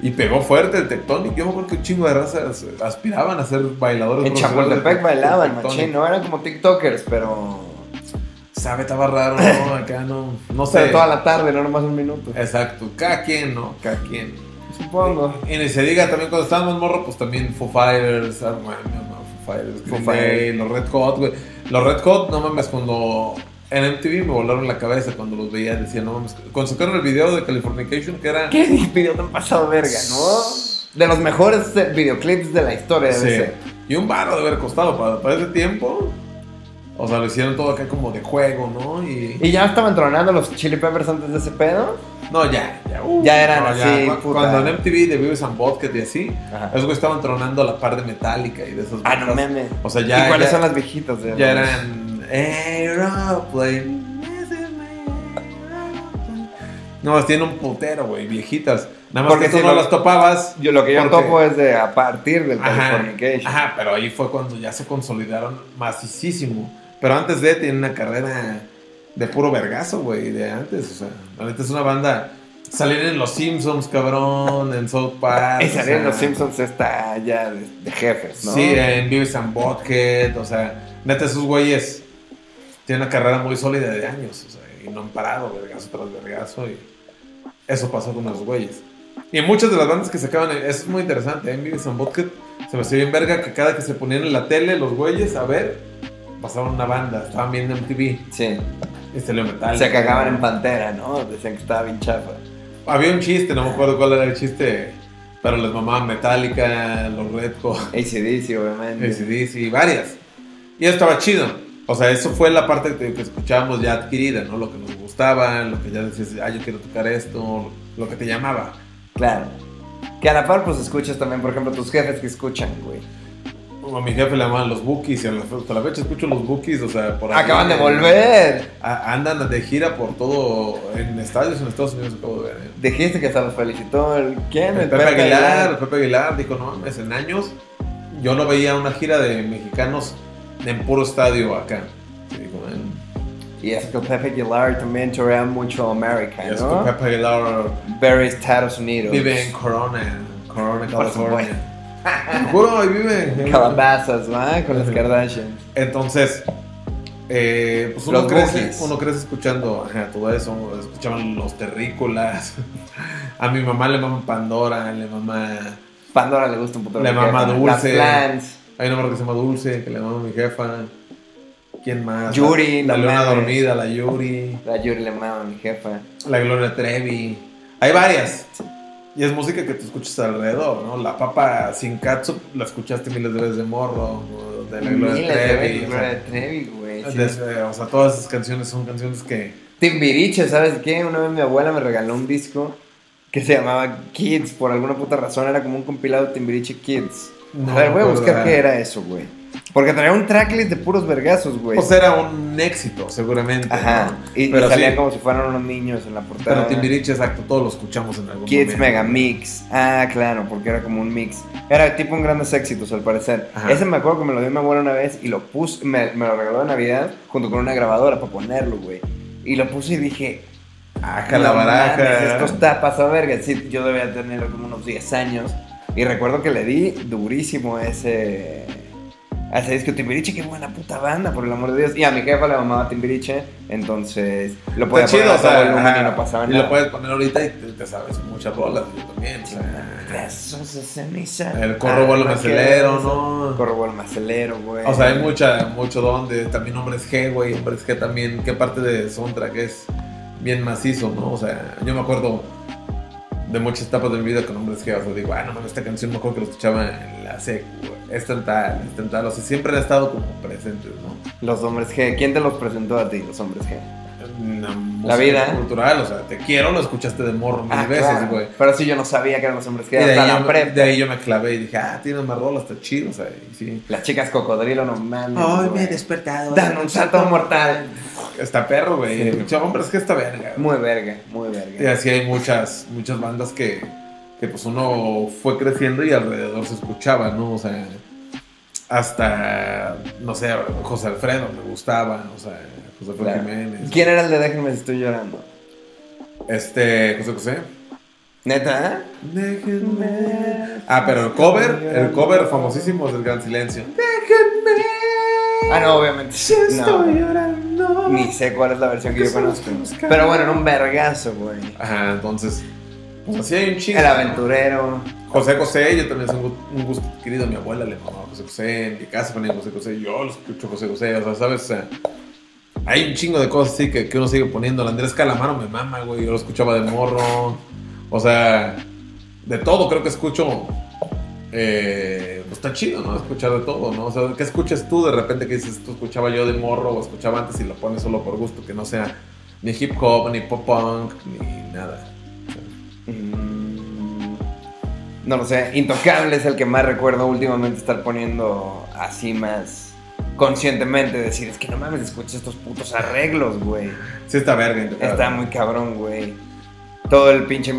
Y pegó fuerte el Tectonic. Yo me acuerdo que un chingo de razas aspiraban a ser bailadores.
en
profesionales del
Chapultepec
Tec-
bailaban,
Tectonic.
machín, ¿no? Eran como TikTokers, pero.
Sabe, estaba raro, ¿no? Acá no. No sé.
pero toda la tarde, no nomás un minuto.
Exacto. Cada quien, ¿no? Cada quien.
Supongo.
Y ni se diga también cuando estábamos morro, pues también Foo Fighters. Ah, bueno, no, Foo Fighters. Green
Foo Fighters.
Day, Los Red Hot, güey. Los Red Hot, no mames, cuando. En MTV me volaron la cabeza cuando los veía. Decía, no mames. Cuando sacaron el video de Californication, que era.
¿Qué video tan pasado verga, no? De los mejores eh, videoclips de la historia, debe
Sí.
ser.
Y un barro de haber costado para, para ese tiempo. O sea, lo hicieron todo acá como de juego, ¿no? Y.
¿Y ya estaban tronando los Chili Peppers antes de ese pedo?
No, ya, ya. uh,
Ya eran así,
Cu-
puta.
Cuando en MTV de Vives and Vodka y así,
Ajá.
esos güeyes estaban tronando a la par de Metallica y de esos.
Ah, no
bandas.
mames.
O sea, ya.
¿Y cuáles
ya,
son las viejitas? de
ya
los-
eran. Aeroplane. No, más tienen un putero, güey, viejitas. Nada más
Porque
que tú
si
no
lo-
las topabas.
Yo lo que yo
¿Por qué?
topo es de a partir del
Ajá,
Californication.
ajá, pero ahí fue cuando ya se consolidaron macicísimo. Pero antes de, tienen una carrera de puro vergazo, güey, de antes. O sea, la neta es una banda. Salieron en Los Simpsons, cabrón, en South Park.
Y
o
salieron
sea,
los Simpsons esta ya de, de jefes, ¿no?
Sí, en Beavis and Butthead, o sea, neta esos güeyes tienen una carrera muy sólida de años, o sea, y no han parado, vergazo tras vergazo, y eso pasó con los güeyes. Y muchas de las bandas que sacaban, eso es muy interesante, ¿eh? en Beavis and Butthead se me hacía bien verga que cada que se ponían en la tele los güeyes a ver, pasaban una banda, estaban viendo MTV,
Sí.
y salió metal.
Se cagaban en Pantera, ¿no? Decían que estaba bien chafa.
Había un chiste, no me acuerdo cuál era el chiste, pero les mamaban Metallica, los Red Hot.
ACDC, obviamente.
ACDC, varias. Y eso estaba chido. O sea, eso fue la parte que, que escuchábamos ya adquirida, ¿no? Lo que nos gustaba, lo que ya decías, ah, yo quiero tocar esto, lo que te llamaba.
Claro. Que a la par, pues escuchas también, por ejemplo, tus jefes que escuchan, güey.
Como A mi jefe le llamaban los bookies y a la- hasta la fecha escucho los bookies, o sea, por ahí-
Acaban de volver.
A- andan de gira por todo, en estadios en Estados Unidos, acabo de ver. ¿eh?
Dijiste que hasta los felicitó el. ¿Quién?
El Pepe Aguilar, el Pepe Aguilar dijo, no mames, en años yo no veía una gira de mexicanos en puro estadio acá. Y digo, "Man,
Y es que el Pepe Aguilar también chorea mucho América,
y eso
¿no?
que Pepe Aguilar
Very Estados Unidos.
Vive en Corona, Corona,
Por
California. Te juro, ahí vive.
Calabazas, ¿va? Con las
Ujú.
Kardashian.
Entonces, eh, pues uno
Los
crece,
Bookies.
uno crece escuchando ajá, todo eso. Escuchaban los terrícolas. A mi mamá le mama Pandora, le mama.
Pandora le gusta un poco.
La mamá dulce.
Las Flans.
Hay una morra que se llama Dulce, que le mama mi jefa. ¿Quién más?
Yuri,
la,
no
Leona
mames.
Dormida, la Yuri,
La Yuri le mama a mi jefa.
la Gloria Trevi. Hay varias. Y es música que tú escuchas alrededor, ¿no? La papa sin catsup la escuchaste miles de veces de morro, o de la Gloria
Miles de
Trevi.
veces
o sea,
Gloria Trevi, güey. sí, sí.
Des- eh, o sea, todas esas canciones son canciones que.
Timbiriche, ¿sabes qué? Una vez mi abuela me regaló un disco que se llamaba Kids, por alguna puta razón, era como un compilado de Timbiriche Kids.
no
a ver, voy a
recuerdo,
buscar
ajá.
qué era eso, güey. Porque traía un tracklist de puros vergazos, güey.
Pues era un éxito, seguramente.
Ajá.
¿no?
Y, y
Pero
salían
sí.
como si fueran unos niños en la portada.
Pero Timbiriche, exacto, todos lo escuchamos en algún
Kids
momento.
Mega Mix. Ah, claro, porque era como un mix. Era tipo un grandes éxitos, al parecer.
Ajá.
Ese me acuerdo que me lo dio mi abuela una vez y lo puse, me, me lo regaló de Navidad junto con una grabadora para ponerlo, güey. Y lo puse y dije,
Aja, la
"No mames,
Ah, baraja.
esto está pasado verga. Sí, yo debía tener como unos 10 años. Y recuerdo que le di durísimo a ese. A ese disco Timbiriche, qué buena puta banda, por el amor de Dios. Y a mi jefa le mamaba Timbiriche, entonces lo podía
Está
poner
chido,
a
o
todo
sea,
volumen
ajá,
y no pasaba
y
nada.
lo puedes poner ahorita y te, te sabes muchas bolas, yo también. o sea,
Besos de ceniza.
el corro vuelo macelero, ¿no?
Corro vuelo macelero, güey.
O sea, hay mucha, mucho don de también hombres G, güey, hombres G también, qué parte de soundtrack es bien macizo, ¿no? O sea, yo me acuerdo de muchas etapas de mi vida con hombres G, o sea, digo, ah, no, mames, esta canción me acuerdo que la escuchaba en la secu, güey, esta en tal, esta en tal, o sea, siempre han estado como presentes, ¿no?
Los hombres G. ¿Quién te los presentó a ti, los hombres G?
En
La
música
vida. ¿eh?
Cultural, o sea, te quiero, lo escuchaste de morro mil
Ah,
veces,
claro.
güey.
Pero sí, yo no sabía que eran los hombres
Y de
G. Hasta
ahí,
la
yo, me-
prep.
de ahí yo me clavé y dije, ah, tiene más rolas, está chido, o sea, y sí.
Las chicas cocodrilo, no mames. güey.
despertado.
Dan un salto mortal.
Está perro, güey.
Sí.
Pinche hombre, es que está verga.
Muy verga, muy verga.
Y así hay muchas, muchas bandas que, que pues uno fue creciendo y alrededor se escuchaba, ¿no? O sea, hasta, no sé, José Alfredo me gustaba, o sea, José Alfredo
Claro.
Jiménez.
¿Quién era el de Déjenme si estoy llorando?
Este, José José.
¿Neta?
Déjenme. Ah, pero el cover, el cover famosísimo es el Gran Silencio.
Ah, no, obviamente. No,
llorando.
ni sé cuál es la versión que yo conozco. Pero bueno, era un vergazo, güey.
Ajá, entonces, pues así hay un chingo.
El aventurero.
José José, yo también soy un gu- un gusto querido, mi abuela le mamaba José José, en mi casa ponía José José, yo lo escucho José José, o sea, sabes, O sea, hay un chingo de cosas así que, que uno sigue poniendo, el Andrés Calamaro me mama, güey, yo lo escuchaba de morro, o sea, de todo creo que escucho, eh, pues está chido, ¿no? Escuchar de todo, ¿no? O sea, ¿qué escuchas tú de repente que dices, tú escuchaba yo de morro o escuchaba antes y lo pones solo por gusto, que no sea ni hip hop, ni pop punk, ni nada?
Mm, No lo sé, Intocable es el que más recuerdo últimamente estar poniendo así más conscientemente. Decir, es que no mames, escucha estos putos arreglos, güey.
Sí está verga. intocable.
Está muy cabrón, güey. Todo el pinche.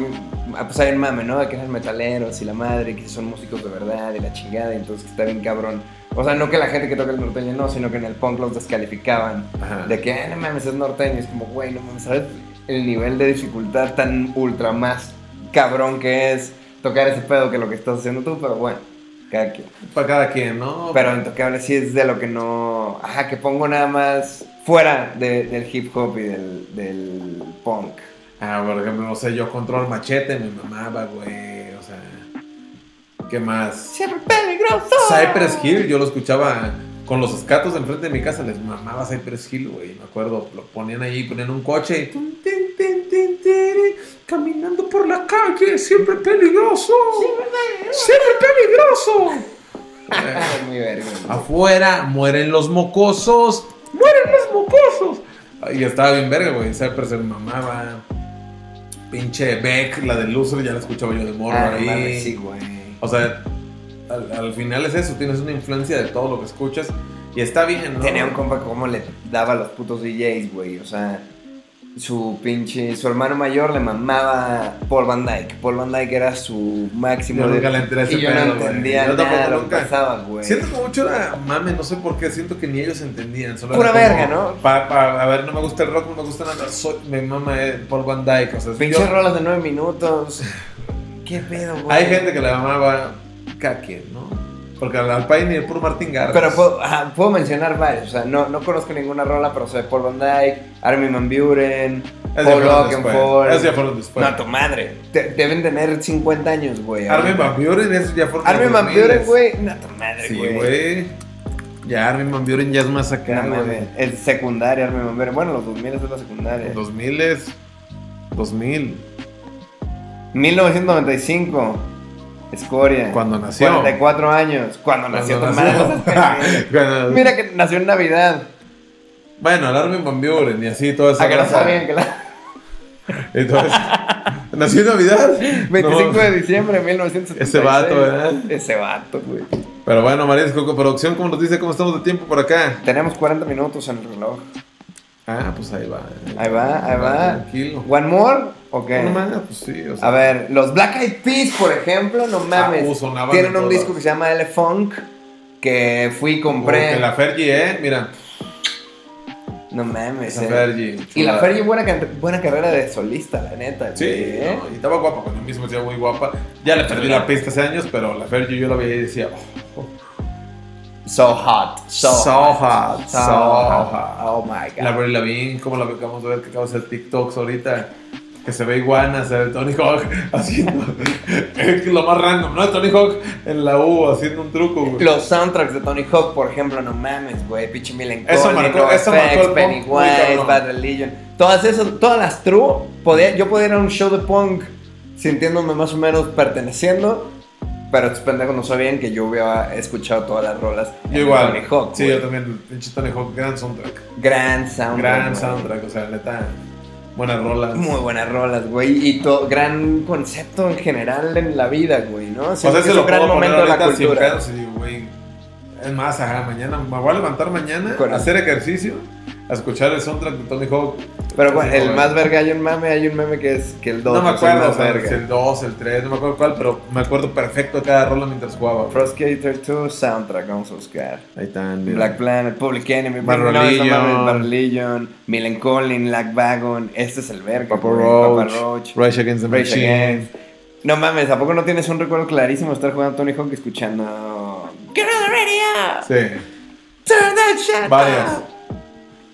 ah, Pues hay el mame, ¿no? De Que eran metaleros y la madre, que son músicos de verdad y la chingada, y entonces que está bien cabrón. O sea, no que la gente que toca el norteño no, sino que en el punk los descalificaban.
Ajá.
De que, "Ah, no mames, es norteño. Es como, güey, no mames, ¿sabes? El nivel de dificultad tan ultra más cabrón que es tocar ese pedo que lo que estás haciendo tú, pero bueno, cada quien.
Para cada quien, ¿no?
Pero Intocable sí es de lo que no. Ajá, que pongo nada más fuera de- del hip hop y del, del punk.
Ah, por ejemplo, no sé, yo control machete, me mamaba, güey. O sea, ¿qué más?
Siempre peligroso. Ah,
Cypress Hill, yo lo escuchaba con los escatos enfrente de mi casa, les mamaba Cypress Hill, güey. Me acuerdo, lo ponían ahí, ponían un coche y.
Tin, tin, tin, tin, tin, Caminando por la calle, siempre peligroso. Siempre peligroso.
eh,
Muy verga.
afuera, mueren los mocosos.
Mueren los mocosos.
Y estaba bien verga, güey. Cypress se mamaba. Pinche Beck, la de Loser, ya la escuchaba yo de morro
Ah,
ahí.
mames, sí, güey.
O sea, al, al final es eso, tienes una influencia de todo lo que escuchas y está bien, ¿no?
Tenía un compa que como le daba a los putos DJs, güey. O sea, su pinche. Su hermano mayor le mamaba Paul Van Dyke. Paul Van Dyke era su máximo.
Yo
de-
nunca le entré a ese
y yo
pedo,
no
güey.
entendía
Yo tampoco
nada lo que
nunca.
pasaba, güey.
Siento que mucho era mame, no sé por qué, siento que ni ellos entendían. Solo
Pura
era
verga,
como,
¿no?
pa- pa- a ver, no me gusta el rock, no me gusta nada, soy, mi mamá es Paul Van Dyke, o sea,
Pinches
yo-
rolas de nueve minutos. ¿Qué pedo, güey?
hay gente que la mamaba cada quien, ¿no? Porque al, al Pioneer, puro Martin Garrix.
Pero puedo, ajá, puedo mencionar varios. O sea, no, no conozco ninguna rola, pero sé Paul Van Dyke, Armin Van Buren,
Esos ya
Paul
fueron después,
Oakenfold.
esos ya fueron después.
no, a tu madre. Te- deben tener 50 años, güey.
Armin
ahorita.
Van Buren, esos ya fueron
Armin
los
Van
2000s.
Buren, güey. No, a tu madre,
Sí,
güey.
güey. Ya Armin Van Buren ya es más
No
acá, güey.
mames. El secundario, Armin Van Buren. Bueno, los 2000 es la secundaria.
2000 es 2000
1995. Escoria.
cuando nació.
44 años. Cuando
Cuando
nació tu
nació. Ah,
madre.
Cuando-
Mira que nació en Navidad.
Bueno, el Armin Van Buren y así toda esa
A Ah, que no
raza.
sabían que la...
Entonces, nació en Navidad. No.
25 de diciembre de 1976.
Ese vato, ¿verdad?
Ese vato, güey.
Pero bueno, María Escoco Producción, ¿cómo nos dice cómo estamos de tiempo por acá?
Tenemos 40 minutos en el reloj.
Ah, pues ahí va.
Ahí va, ahí va.
Tranquilo.
¿One more? ¿O qué?
No mames, pues sí. O sea,
A ver, los Black Eyed Peas, por ejemplo, no mames.
uh, sonaban
Tienen
en
un
todos
disco
lados.
que se llama L-Funk que fui y compré.
Porque la Fergie, ¿eh? Mira,
No mames.
esa
eh.
Fergie.
Y la
chula.
Fergie buena, can- buena carrera de solista, la neta.
Sí,
güey, ¿eh?
¿no? y estaba guapa, cuando mismo decía muy guapa. Ya le perdí la pista hace años, pero la Fergie yo la veía y decía, oh, oh,
So hot. So,
So hot, so hot.
Oh my god.
la Avril Lavigne, como la que acabamos de ver que acaba de hacer TikToks ahorita, que se ve iguana, se ve Tony Hawk haciendo es lo más random, ¿no? Tony Hawk en la U haciendo un truco, güey.
Los soundtracks de Tony Hawk, por ejemplo, no mames, güey. Pitch Millen
Eso marcó- eso marcó el punk muy
Pennywise,
cabrón.
Bad Religion. Todas esas, todas las true, podía, yo podía ir a un show de punk sintiéndome más o menos perteneciendo. Pero estos pendejos no sabían que yo había escuchado todas las rolas
Yo
de
igual.
Tony Hawk.
sí,
güey.
yo también, pinche Tony Hawk, gran soundtrack.
Gran soundtrack.
Gran
güey.
soundtrack, o sea, neta, buenas rolas.
Muy buenas rolas, güey. Y to- gran concepto en general en la vida, güey, ¿no?
O
Siento
sea,
que
se lo puedo poner
de
ahorita sin pedos y digo, güey, es más, ajá, mañana me voy a levantar mañana
Con-
a hacer ejercicio, a escuchar el soundtrack de Tony Hawk.
Pero bueno,
Así
el
como-
más verga hay un mame, hay un meme que es que el 2
No me acuerdo,
más
o sea,
verga.
si el 2, el 3, no me acuerdo cuál, pero me acuerdo perfecto de cada rola mientras jugaba.
Pro Skater 2 soundtrack, vamos a buscar.
Ahí están, mira.
Black Planet, Public Enemy,
Bad
no, esa madre,
Religion.
Bad Religion, Millen Collin, Lack Wagon, este es el verga.
Papa
güey,
Roach,
Papa Roach,
Rage Against the
Rage
Machine.
Against. No mames, ¿a poco no tienes un recuerdo clarísimo de estar jugando Tony Hawk y escuchando... Get on the radio!
Sí,
Turn that shit
varias.
up.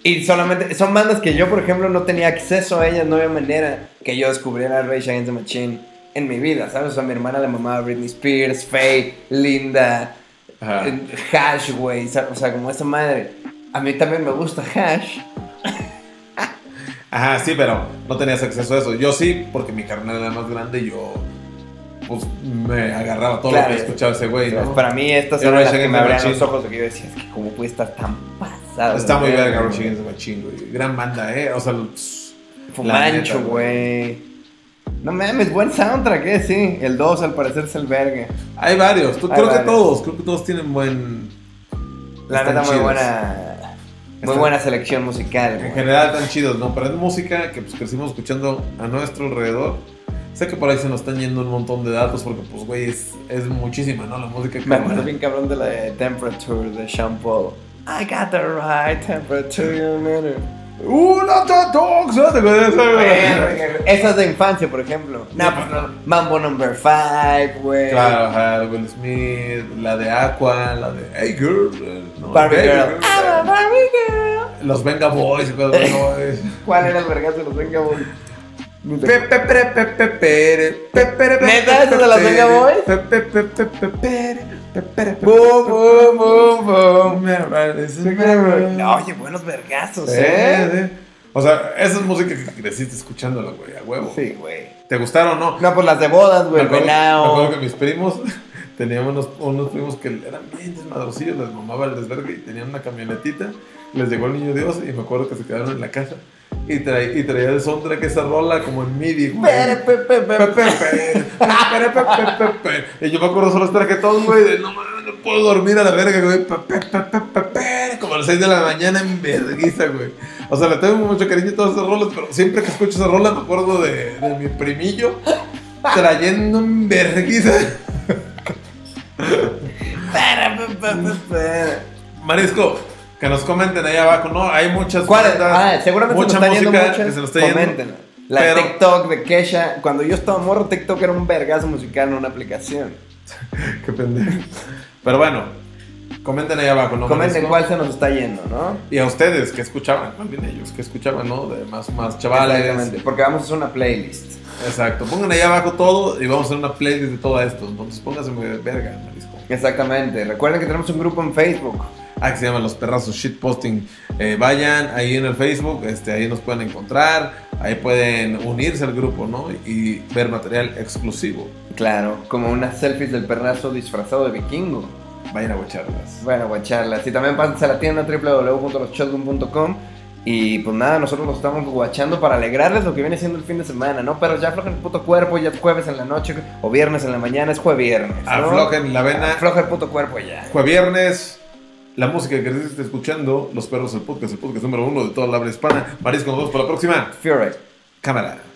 Y solamente, son bandas que yo, por ejemplo, no tenía acceso a ellas, no había manera que yo descubriera Rage Against the Machine en mi vida, ¿sabes? O sea, mi hermana, la mamá de Britney Spears, Faye, Linda,
Ajá.
eh, Hash, güey, sa- o sea, como esa madre. A mí también me gusta Hash.
Ajá, sí, pero no tenías acceso a eso. Yo sí, porque mi carnal era más grande y yo, pues, me agarraba todo
Claro.
lo que escuchaba ese güey, ¿no?
Pues para mí estas
Y
eran
Rage
las que
Against
me
the
abrían
Machine.
los ojos, que yo decía, es que cómo puede estar tan pasado.
Está muy
de
verga
güey.
Rage Against the Machine, güey. Gran banda, ¿eh? O sea, pss,
Fumancho,
La neta,
güey. No mames, buen soundtrack, eh, sí. El 2 al parecer es el verga.
hay varios. Tú-
Hay
creo
varios.
que todos, creo que todos tienen buen...
La
están
neta, muy
chidos.
buena. Muy
Están-
buena selección musical.
En
güey.
general tan chidos, ¿no? Pero es música que pues crecimos escuchando a nuestro alrededor. Sé que por ahí se nos están yendo un montón de datos porque pues güey es, es muchísima, ¿no? La música que
Me acuerdo bien cabrón de la de Temperature de Sean Paul. I got the right temperature, you matter.
¡Uh, no te toques! ¿no? ¿Te acuerdas de esa, güey?
Esas de infancia, por ejemplo. No, pues no. Mambo number 5, güey.
Claro, ajá, Will Smith, la de Aqua, la de Hey Girl, eh, no,
Barbie
Hey
Girl.
Girl,
I'm a Barbie girl.
los Venga Boys, los Venga Boys.
¿Cuál era el vergazo de los Venga Boys?
Pe, pe, pre, pe, pe, pere, pe, pere, pe,
¿Neta?
pe,
¿Eso
pe,
de los
pere,
Venga Boys?
pe, pe, pe, pe, pe, pere, pe, pere, pe,
Boom,
pe,
boom, boom, boom.
boom.
Oye, buenos vergazos,
Sí,
¿eh?
sí. O sea, esa es música que creciste escuchándola, güey, a huevo.
Sí, güey.
¿Te gustaron o no?
No, pues las de bodas,
me,
güey.
acuerdo, me acuerdo
Venao.
que mis primos tenían unos, unos primos que eran bien desmadrocillos, les mamaba el desvergue y tenían una camionetita. Les llegó el niño Dios y me acuerdo que se quedaron en la casa y, tra- y traía el soundtrack esa rola como en MIDI, güey.
Pere, pe, pe, pe,
Pe, pe, pe, pe, pe, pe, pe, pe. Y yo me acuerdo solo estar que todo, güey, de no mames, no puedo dormir a la verga, güey. Pe, pe, pe, pe, pe, pe. Como a las 6 de la mañana en verguiza, güey. O sea, le tengo mucho cariño a todas esas rolas, pero siempre que escucho esa rola me acuerdo de, de mi primillo trayendo en verguiza.
Espera, pe- pe- pe- espera.
Marisco, que nos comenten ahí abajo, ¿no? Hay muchas
¿Cuál?
bandas,
Ah, seguramente
Pues, mucha
se nos está
música
yendo muchas.
que se nos está yendo.
Coméntenlo. La
pero-
TikTok de Kesha. Cuando yo estaba morro, TikTok era un vergazo musical, no una aplicación.
Qué pendejo. Pero bueno, comenten ahí abajo, ¿no?
Comenten
Marisco?
cuál se nos está yendo, ¿no?
Y a ustedes, que escuchaban? Más bien ellos, que escuchaban, no? De más, más
Exactamente,
chavales.
Porque vamos a hacer una playlist.
Exacto. Pongan ahí abajo todo y vamos a hacer una playlist de todo esto. Entonces pónganse muy verga, marisco.
Exactamente. Recuerden que tenemos un grupo en Facebook.
Ah, que se llama Los Perrazos Shitposting. Eh, vayan ahí en el Facebook, este, ahí nos pueden encontrar. Ahí pueden unirse al grupo, ¿no? Y ver material exclusivo.
Claro, como unas selfies del perrazo disfrazado de vikingo.
Vayan a guacharlas.
Bueno, guacharlas. Y también pásense a la tienda www.loschotgun.com. Y pues nada, nosotros nos estamos guachando para alegrarles lo que viene siendo el fin de semana, ¿no? Pero ya aflojen el puto cuerpo, ya es jueves en la noche o viernes en la mañana, es jueves viernes. ¿no?
Aflojen la vena.
Afloja el puto cuerpo ya.
Jueves viernes. La música que estés escuchando, Los Perros, el podcast, el podcast número uno de toda la habla hispana. Marisco, nos vemos para la próxima.
Fury.
Cámara.